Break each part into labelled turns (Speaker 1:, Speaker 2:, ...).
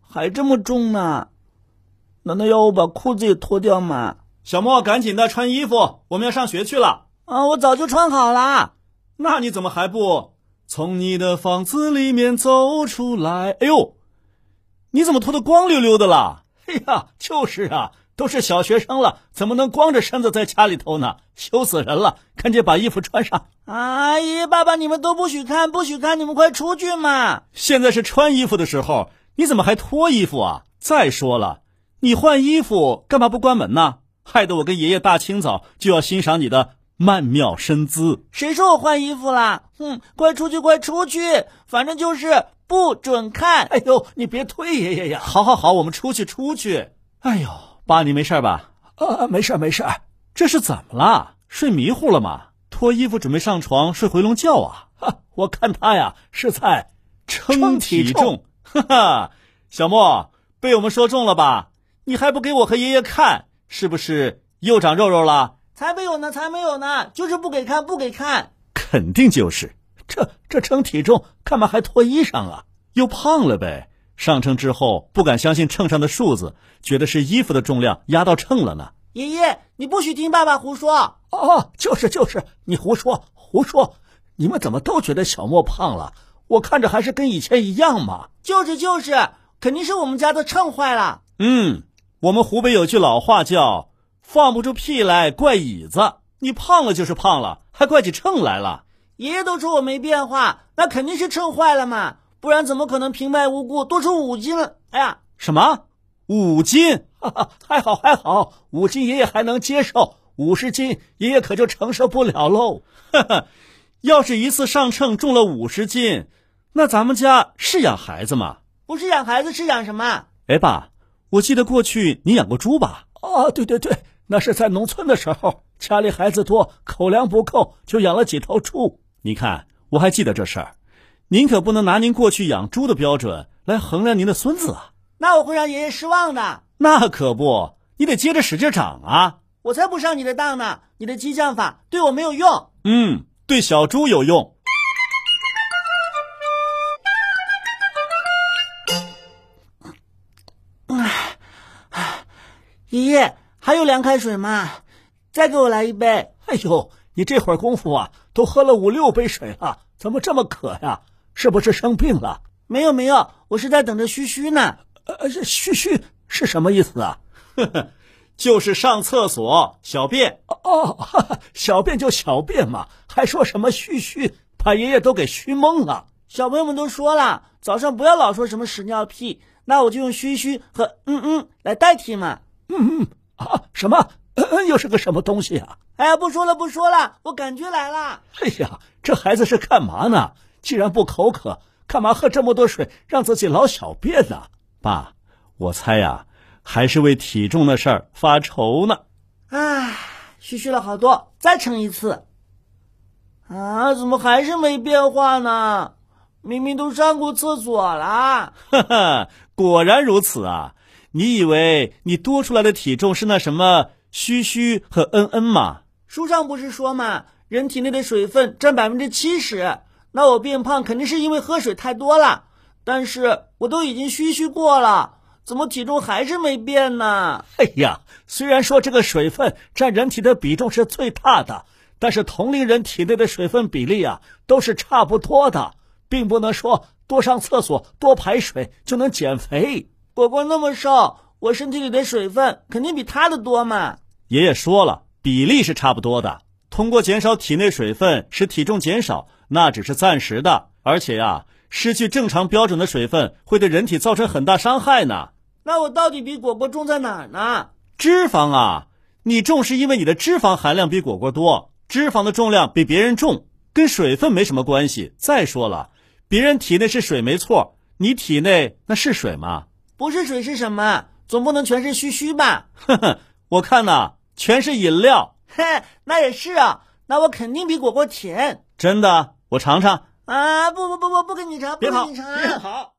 Speaker 1: 还这么重呢？难道要我把裤子也脱掉吗？
Speaker 2: 小莫，赶紧的穿衣服，我们要上学去了。
Speaker 1: 啊，我早就穿好了。
Speaker 2: 那你怎么还不从你的房子里面走出来？哎呦，你怎么脱得光溜溜的啦？
Speaker 1: 哎呀，就是啊，都是小学生了，怎么能光着身子在家里头呢？羞死人了！赶紧把衣服穿上。阿姨、爸爸，你们都不许看，不许看，你们快出去嘛！
Speaker 2: 现在是穿衣服的时候，你怎么还脱衣服啊？再说了，你换衣服干嘛不关门呢？害得我跟爷爷大清早就要欣赏你的。曼妙身姿，
Speaker 1: 谁说我换衣服啦？哼、嗯，快出去，快出去！反正就是不准看。
Speaker 3: 哎呦，你别推爷爷呀！
Speaker 2: 好好好，我们出去，出去。哎呦，爸，你没事吧？
Speaker 3: 啊，没事没事。
Speaker 2: 这是怎么啦？啊睡迷糊了吗？脱衣服准备上床睡回笼觉啊？
Speaker 3: 哈，我看他呀是在
Speaker 2: 称体重。哈哈，小莫被我们说中了吧？你还不给我和爷爷看？是不是又长肉肉了？
Speaker 1: 才没有呢，才没有呢，就是不给看，不给看。
Speaker 2: 肯定就是，
Speaker 3: 这这称体重干嘛还脱衣裳啊？
Speaker 2: 又胖了呗。上称之后不敢相信秤上的数字，觉得是衣服的重量压到秤了呢。
Speaker 1: 爷爷，你不许听爸爸胡说。
Speaker 3: 哦，就是就是，你胡说胡说。你们怎么都觉得小莫胖了？我看着还是跟以前一样嘛。
Speaker 1: 就是就是，肯定是我们家的秤坏了。
Speaker 2: 嗯，我们湖北有句老话叫。放不出屁来怪椅子，你胖了就是胖了，还怪起秤来了。
Speaker 1: 爷爷都说我没变化，那肯定是秤坏了嘛，不然怎么可能平白无故多出五斤了？哎呀，
Speaker 2: 什么五斤？
Speaker 3: 哈哈， 还好还好，五斤爷爷还能接受，五十斤爷爷可就承受不了喽。
Speaker 2: 哈哈， 要是一次上秤重了五十斤，那咱们家是养孩子吗？
Speaker 1: 不是养孩子，是养什么？
Speaker 2: 哎，爸，我记得过去你养过猪吧？
Speaker 3: 哦，对对对。那是在农村的时候，家里孩子多，口粮不够，就养了几头猪。
Speaker 2: 你看，我还记得这事儿。您可不能拿您过去养猪的标准来衡量您的孙子啊！
Speaker 1: 那我会让爷爷失望的。
Speaker 2: 那可不，你得接着使劲长啊！
Speaker 1: 我才不上你的当呢！你的激将法对我没有用。
Speaker 2: 嗯，对小猪有用。
Speaker 1: 爷爷。还有凉开水吗？再给我来一杯。
Speaker 3: 哎呦，你这会儿功夫啊，都喝了五六杯水了，怎么这么渴呀、啊？是不是生病了？
Speaker 1: 没有没有，我是在等着嘘嘘呢。
Speaker 3: 呃，嘘嘘是什么意思啊？
Speaker 2: 呵呵，就是上厕所小便。
Speaker 3: 哦 哈哈，小便就小便嘛，还说什么嘘嘘，把爷爷都给嘘懵了。
Speaker 1: 小朋友们都说了，早上不要老说什么屎尿屁，那我就用嘘嘘和嗯嗯来代替嘛。
Speaker 3: 嗯嗯。啊，什么、嗯？又是个什么东西啊？
Speaker 1: 哎呀，不说了，不说了，我感觉来了。
Speaker 3: 哎呀，这孩子是干嘛呢？既然不口渴，干嘛喝这么多水，让自己老小便呢？
Speaker 2: 爸，我猜呀、啊，还是为体重的事儿发愁呢。
Speaker 1: 唉，虚虚了好多，再称一次。啊，怎么还是没变化呢？明明都上过厕所了。
Speaker 2: 哈哈，果然如此啊。你以为你多出来的体重是那什么嘘嘘和嗯嗯吗？
Speaker 1: 书上不是说嘛，人体内的水分占百分之七十。那我变胖肯定是因为喝水太多了，但是我都已经嘘嘘过了，怎么体重还是没变呢？
Speaker 3: 哎呀，虽然说这个水分占人体的比重是最大的，但是同龄人体内的水分比例啊都是差不多的，并不能说多上厕所、多排水就能减肥。
Speaker 1: 果果那么瘦，我身体里的水分肯定比他的多嘛。
Speaker 2: 爷爷说了，比例是差不多的。通过减少体内水分使体重减少，那只是暂时的。而且呀、啊，失去正常标准的水分会对人体造成很大伤害呢。
Speaker 1: 那我到底比果果重在哪儿呢？
Speaker 2: 脂肪啊，你重是因为你的脂肪含量比果果多，脂肪的重量比别人重，跟水分没什么关系。再说了，别人体内是水没错，你体内那是水吗？
Speaker 1: 不是水是什么？总不能全是须须吧？
Speaker 2: 呵呵，我看呐、全是饮料，
Speaker 1: 嘿，那也是啊，那我肯定比果果甜
Speaker 2: 真的，我尝尝。
Speaker 1: 啊！不不不不，不跟你尝，不
Speaker 2: 别
Speaker 1: 跟
Speaker 2: 跑，
Speaker 1: 你尝。
Speaker 2: 别跑！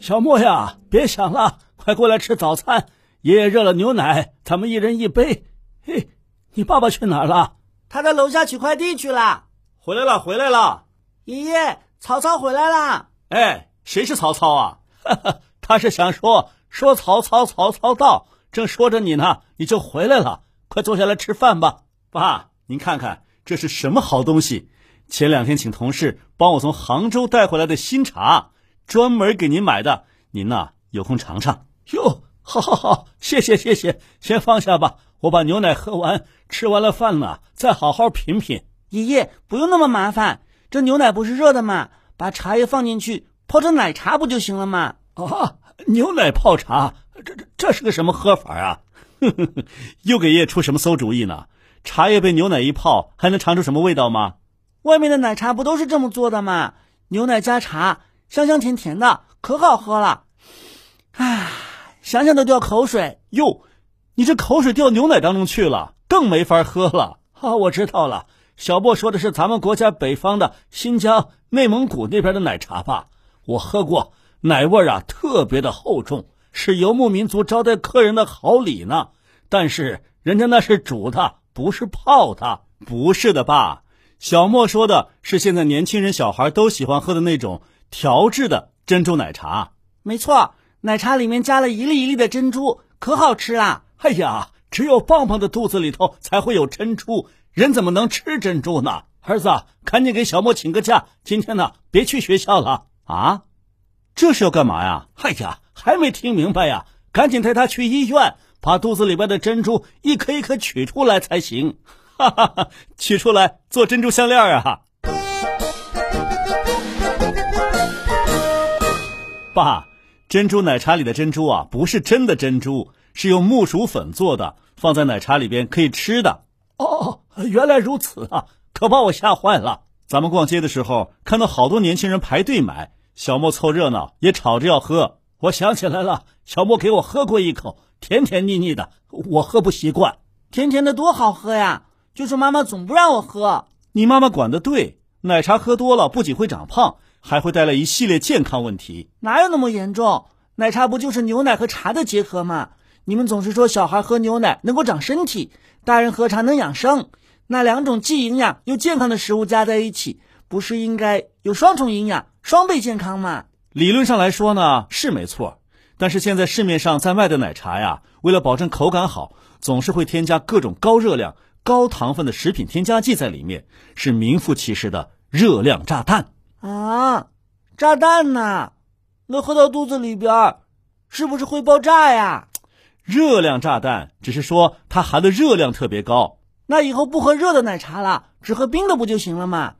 Speaker 4: 小莫呀，别想了，快过来吃早餐。爷爷热了牛奶，咱们一人一杯。嘿，你爸爸去哪儿了？
Speaker 1: 他到楼下取快递去了。
Speaker 2: 回来了，回来了！
Speaker 1: 爷爷，曹操回来啦！
Speaker 2: 哎，谁是曹操啊？
Speaker 4: 他是想说说曹操，曹操到，正说着你呢，你就回来了。快坐下来吃饭吧。
Speaker 2: 爸，您看看这是什么好东西？前两天请同事帮我从杭州带回来的新茶，专门给您买的，您呐、有空尝尝。
Speaker 4: 哟，好好好，谢谢谢谢，先放下吧。我把牛奶喝完，吃完了饭了，再好好品品。
Speaker 1: 爷爷不用那么麻烦，这牛奶不是热的嘛，把茶叶放进去泡成奶茶不就行了吗？
Speaker 4: 啊，牛奶泡茶，这这这是个什么喝法啊？
Speaker 2: 又给爷爷出什么馊主意呢？茶叶被牛奶一泡，还能尝出什么味道吗？
Speaker 1: 外面的奶茶不都是这么做的吗？牛奶加茶，香香甜甜的，可好喝了。唉，想想都掉口水。
Speaker 2: 哟，你这口水掉牛奶当中去了，更没法 喝了。
Speaker 4: 啊，我知道了，小莫说的是咱们国家北方的新疆、内蒙古那边的奶茶吧？我喝过，奶味儿啊特别的厚重，是游牧民族招待客人的好礼呢。但是人家那是煮的，不是泡的。
Speaker 2: 不是的，爸，小莫说的是现在年轻人小孩都喜欢喝的那种调制的珍珠奶茶。
Speaker 1: 没错，奶茶里面加了一粒一粒的珍珠，可好吃啦。
Speaker 4: 哎呀，只有棒棒的肚子里头才会有珍珠，人怎么能吃珍珠呢？儿子，赶紧给小莫请个假，今天呢别去学校了。
Speaker 2: 啊，这是要干嘛呀？
Speaker 4: 哎呀，还没听明白呀！赶紧带他去医院，把肚子里边的珍珠一颗一颗取出来才行。
Speaker 2: 哈哈哈，取出来做珍珠项链啊！爸，珍珠奶茶里的珍珠啊，不是真的珍珠，是用木薯粉做的，放在奶茶里边可以吃的。呃
Speaker 4: 哦，原来如此啊！可把我吓坏了。
Speaker 2: 咱们逛街的时候看到好多年轻人排队买，小莫凑热闹也吵着要喝。
Speaker 4: 我想起来了，小莫给我喝过一口，甜甜腻腻的，我喝不习惯。
Speaker 1: 甜甜的多好喝呀！就是妈妈总不让我喝。
Speaker 2: 你妈妈管得对，奶茶喝多了不仅会长胖，还会带来一系列健康问题。
Speaker 1: 哪有那么严重？奶茶不就是牛奶和茶的结合吗？你们总是说小孩喝牛奶能够长身体，大人喝茶能养生，那两种既营养又健康的食物加在一起，不是应该有双重营养、双倍健康吗？
Speaker 2: 理论上来说呢是没错，但是现在市面上在卖的奶茶呀，为了保证口感好，总是会添加各种高热量、高糖分的食品添加剂在里面，是名副其实的热量炸弹。
Speaker 1: 啊，炸弹呐、那喝到肚子里边儿，是不是会爆炸呀？
Speaker 2: 热量炸弹只是说它含的热量特别高，
Speaker 1: 那以后不喝热的奶茶了，只喝冰的不就行了吗？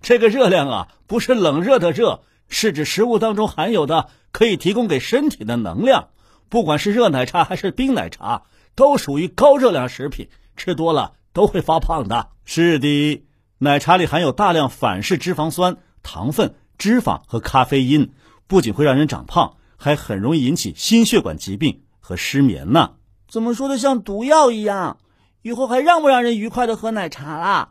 Speaker 4: 这个热量啊，不是冷热的热，是指食物当中含有的可以提供给身体的能量。不管是热奶茶还是冰奶茶，都属于高热量食品，吃多了都会发胖的。
Speaker 2: 是的，奶茶里含有大量反式脂肪酸、糖分、脂肪和咖啡因，不仅会让人长胖，还很容易引起心血管疾病和失眠呢。
Speaker 1: 怎么说的像毒药一样？以后还让不让人愉快的喝奶茶啦？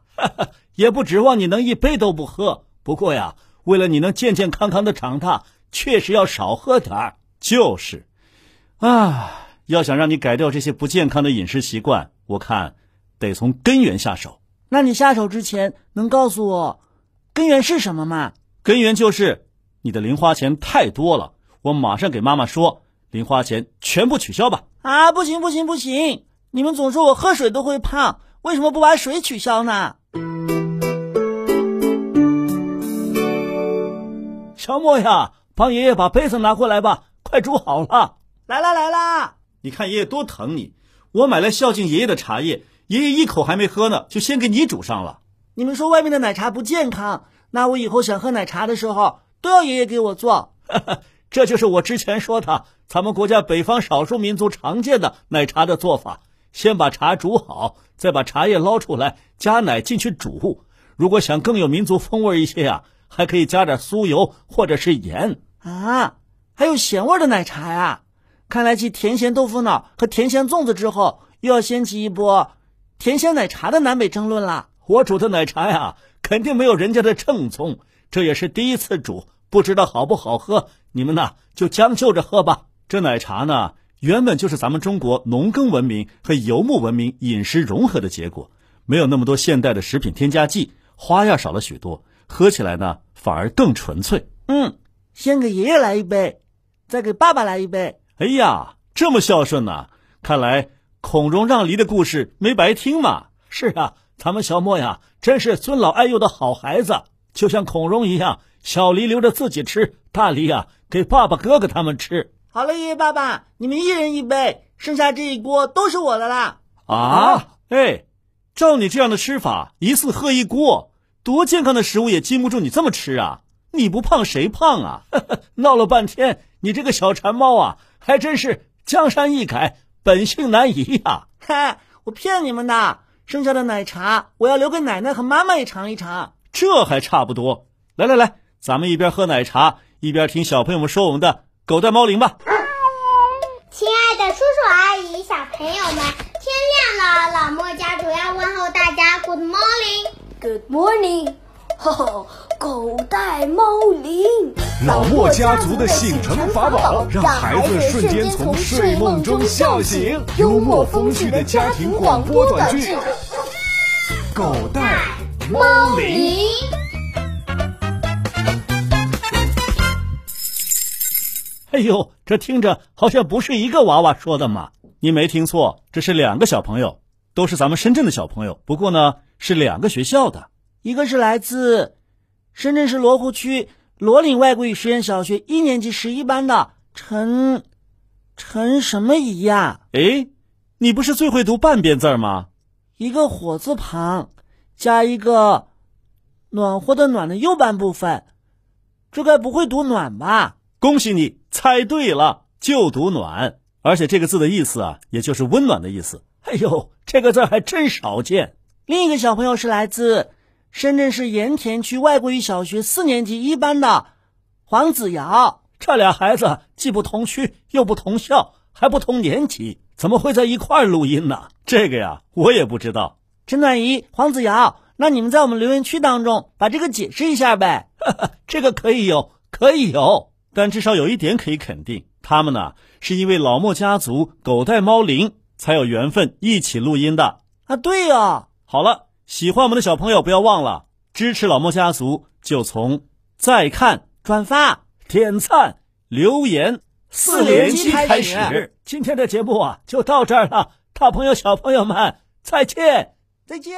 Speaker 4: 也不指望你能一杯都不喝。不过呀，为了你能健健康康的长大，确实要少喝点儿。
Speaker 2: 就是，啊，要想让你改掉这些不健康的饮食习惯，我看得从根源下手。
Speaker 1: 那你下手之前能告诉我根源是什么吗？
Speaker 2: 根源就是你的零花钱太多了，我马上给妈妈说，零花钱全部取消吧。
Speaker 1: 啊，不行不行不行！你们总说我喝水都会胖，为什么不把水取消呢？
Speaker 4: 小莫呀，帮爷爷把杯子拿过来吧，快煮好了。
Speaker 1: 来啦来啦！
Speaker 2: 你看爷爷多疼你，我买来孝敬爷爷的茶叶，爷爷一口还没喝呢，就先给你煮上了。
Speaker 1: 你们说外面的奶茶不健康，那我以后想喝奶茶的时候都要爷爷给我做。
Speaker 4: 这就是我之前说的，咱们国家北方少数民族常见的奶茶的做法：先把茶煮好，再把茶叶捞出来，加奶进去煮。如果想更有民族风味一些啊，还可以加点酥油或者是盐。
Speaker 1: 啊，还有咸味的奶茶呀！看来继甜咸豆腐脑和甜咸粽子之后，又要掀起一波甜咸奶茶的南北争论啦。
Speaker 4: 我煮的奶茶呀，肯定没有人家的正宗，这也是第一次煮，不知道好不好喝，你们呐就将就着喝吧。
Speaker 2: 这奶茶呢，原本就是咱们中国农耕文明和游牧文明饮食融合的结果，没有那么多现代的食品添加剂，花样少了许多，喝起来呢反而更纯粹。
Speaker 1: 嗯，先给爷爷来一杯，再给爸爸来一杯。
Speaker 2: 哎呀，这么孝顺呐、看来孔融让梨的故事没白听嘛。
Speaker 4: 是啊，咱们小莫呀，真是尊老爱幼的好孩子，就像孔融一样，小梨留着自己吃，大梨呀给爸爸、哥哥他们吃。
Speaker 1: 好了，爷爷爸爸，你们一人一杯，剩下这一锅都是我的啦。
Speaker 2: 啊，哎，照你这样的吃法，一次喝一锅，多健康的食物也禁不住你这么吃啊！你不胖谁胖啊？
Speaker 4: 闹了半天，你这个小馋猫啊，还真是江山易改，本性难移呀、
Speaker 1: 嘿，我骗你们的，剩下的奶茶我要留给奶奶和妈妈也尝一尝。
Speaker 2: 这还差不多。来来来，咱们一边喝奶茶，一边听小朋友们说我们的狗带猫铃吧。
Speaker 5: 亲爱的叔叔阿姨、小朋友们，天亮了，老莫家族要问候大家 Good morning。
Speaker 6: Good morning，吼吼，狗带猫铃。
Speaker 3: 老莫家族的醒神法宝，让孩子瞬间从睡梦中笑醒。幽默风趣的家庭广播短剧《狗带猫铃》。
Speaker 5: 咦。
Speaker 4: 哎呦，这听着好像不是一个娃娃说的嘛。
Speaker 2: 您没听错，这是两个小朋友，都是咱们深圳的小朋友，不过呢是两个学校的。
Speaker 1: 一个是来自深圳市罗湖区罗岭外国语实验小学一年级十一班的陈陈什么怡呀、
Speaker 2: 哎，你不是最会读半边字儿吗？
Speaker 1: 一个火字旁加一个暖和的暖的右半部分，这该不会读暖吧？
Speaker 2: 恭喜你猜对了，就读暖。而且这个字的意思啊，也就是温暖的意思。
Speaker 4: 哎呦，这个字儿还真少见。
Speaker 1: 另一个小朋友是来自深圳市盐田区外国语小学四年级一班的黄子瑶。
Speaker 4: 这俩孩子既不同区，又不同校，还不同年级，怎么会在一块儿录音呢？
Speaker 2: 这个呀，我也不知道。
Speaker 1: 陈暖怡、黄子瑶，那你们在我们留言区当中把这个解释一下呗。
Speaker 4: 这个可以有，可以有。
Speaker 2: 但至少有一点可以肯定，他们呢是因为老莫家族狗带猫铃才有缘分一起录音的。
Speaker 1: 啊，对哦，
Speaker 2: 好了，喜欢我们的小朋友不要忘了支持老莫家族，就从再看、
Speaker 1: 转发
Speaker 4: 点赞
Speaker 2: 留言
Speaker 1: 四连击开始。
Speaker 4: 今天的节目啊，就到这儿了。大朋友、小朋友们，再见。
Speaker 1: 再见。